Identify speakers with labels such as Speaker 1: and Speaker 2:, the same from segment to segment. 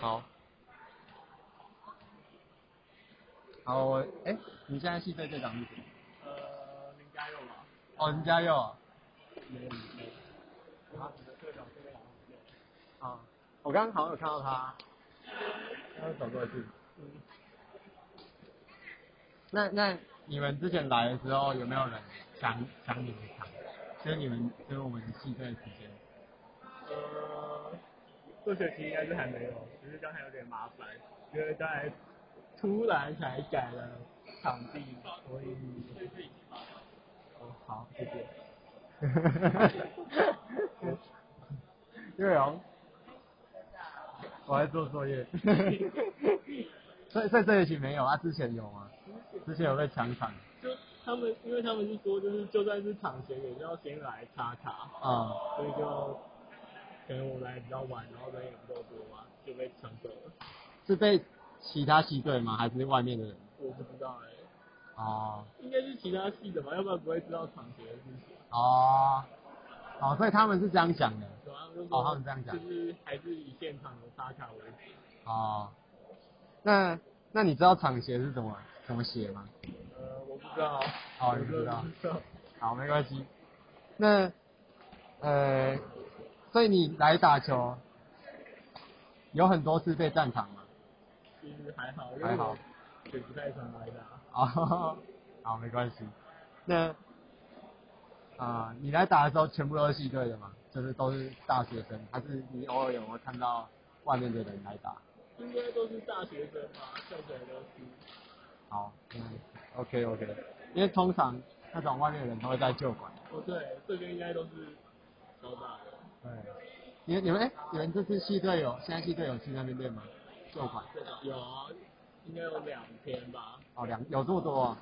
Speaker 1: 好。好，我哎、你现在系队队长是谁？
Speaker 2: 呃，林家佑吧。
Speaker 1: 哦，林嘉佑啊。
Speaker 2: 然后你的队长是梁子佑。
Speaker 1: 啊，我刚刚好像有看到他，他走过去。那那你们之前来的时候有没有人抢抢你们的场？就是你们就是我们系队期间。
Speaker 2: 呃，这学期应该是还没有，只是刚才有点麻烦，因为刚才突然才改了场地，所以
Speaker 1: 哦，好，
Speaker 2: 谢谢。
Speaker 1: 岳阳，我在做作业。 所以所以这学期没有啊？之前有吗？之前有被抢场
Speaker 2: 就他们，因为他们是说，就是就算是场前也是要先来插卡，
Speaker 1: 啊、
Speaker 2: 所以就可能我来比较晚，然后人也不够多嘛，就被抢走了。
Speaker 1: 是被其他系队吗？还是外面的人？
Speaker 2: 我不知道哎、
Speaker 1: 哦
Speaker 2: 应该是其他系的吧，要不然不会知道场前的事情。
Speaker 1: 哦哦，所以他们是这样讲的。
Speaker 2: 然后就
Speaker 1: 哦他
Speaker 2: 说
Speaker 1: 们这样讲
Speaker 2: 就是还是以现场的插卡为主。
Speaker 1: 哦，那那你知道场协是怎么怎么写吗？
Speaker 2: 呃，我不知道。
Speaker 1: 哦
Speaker 2: 我
Speaker 1: 你不知道
Speaker 2: 真的不知道。
Speaker 1: 好，没关系。那呃，所以你来打球有很多次被占场 吗？
Speaker 2: 其实还好，因为
Speaker 1: 还好
Speaker 2: 我也不太常来打。
Speaker 1: 哦，好，没关系。那啊、你来打的时候全部都是系队的吗？就是都是大学生，还是你偶尔有没有看到外面的人来打？
Speaker 2: 应该都是大学生吧，看起来都是。
Speaker 1: 好，嗯，OK OK，因为通常那种外面的人都会在旧馆。
Speaker 2: 哦，对，这边应该都是高大的。
Speaker 1: 对，你们你们哎、你们这次系队友，现在系队友去那边练吗？旧馆
Speaker 2: 这个有啊，应该有两天吧。
Speaker 1: 哦，两有这么多啊？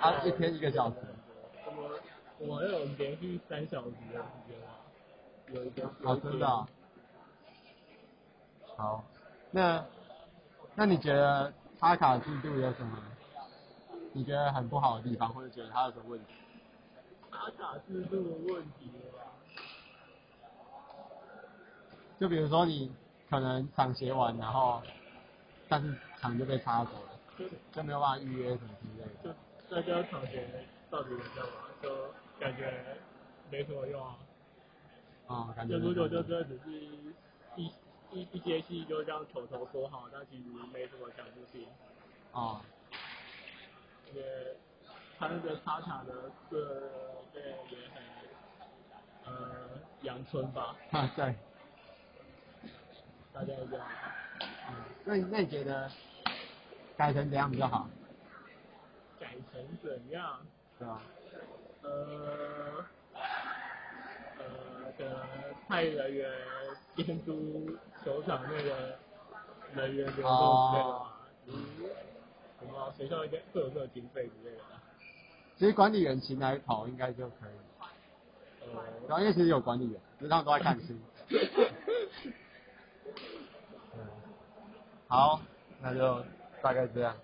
Speaker 1: 啊，一天一个小时。
Speaker 2: 我们我们有连续三小时的时间啊，有一个。
Speaker 1: 哦，真的、哦。好，那那你觉得插卡制度有什么？你觉得很不好的地方，或者觉得它有什么问题？
Speaker 2: 打卡制度的问题啊吧。
Speaker 1: 就比如说你可能场协完，然后但是场就被插走了，
Speaker 2: 就
Speaker 1: 就没有办法预约什么之类的。
Speaker 2: 就大家场前到底能干嘛？啊就感觉没什么用啊。
Speaker 1: 哦、感觉
Speaker 2: 就如果就真的只是一一一些戏就这样口头说好，那其实没什么强制性，
Speaker 1: 哦
Speaker 2: 也他那个插卡的设备也很呃阳春吧，
Speaker 1: 啊对。
Speaker 2: 大家一样。
Speaker 1: 那你那你觉得改成怎样比较好？
Speaker 2: 改成怎样？
Speaker 1: 对吧？
Speaker 2: 呃呃，可能派人员监督球场内的人员流动之类的吧，如什么啊学校应该会有这种经费之类的吧。
Speaker 1: 其实管理员勤来跑应该就可以，
Speaker 2: 呃，
Speaker 1: 然后因为其实有管理员，只是他们都在看书。好，那就大概这样。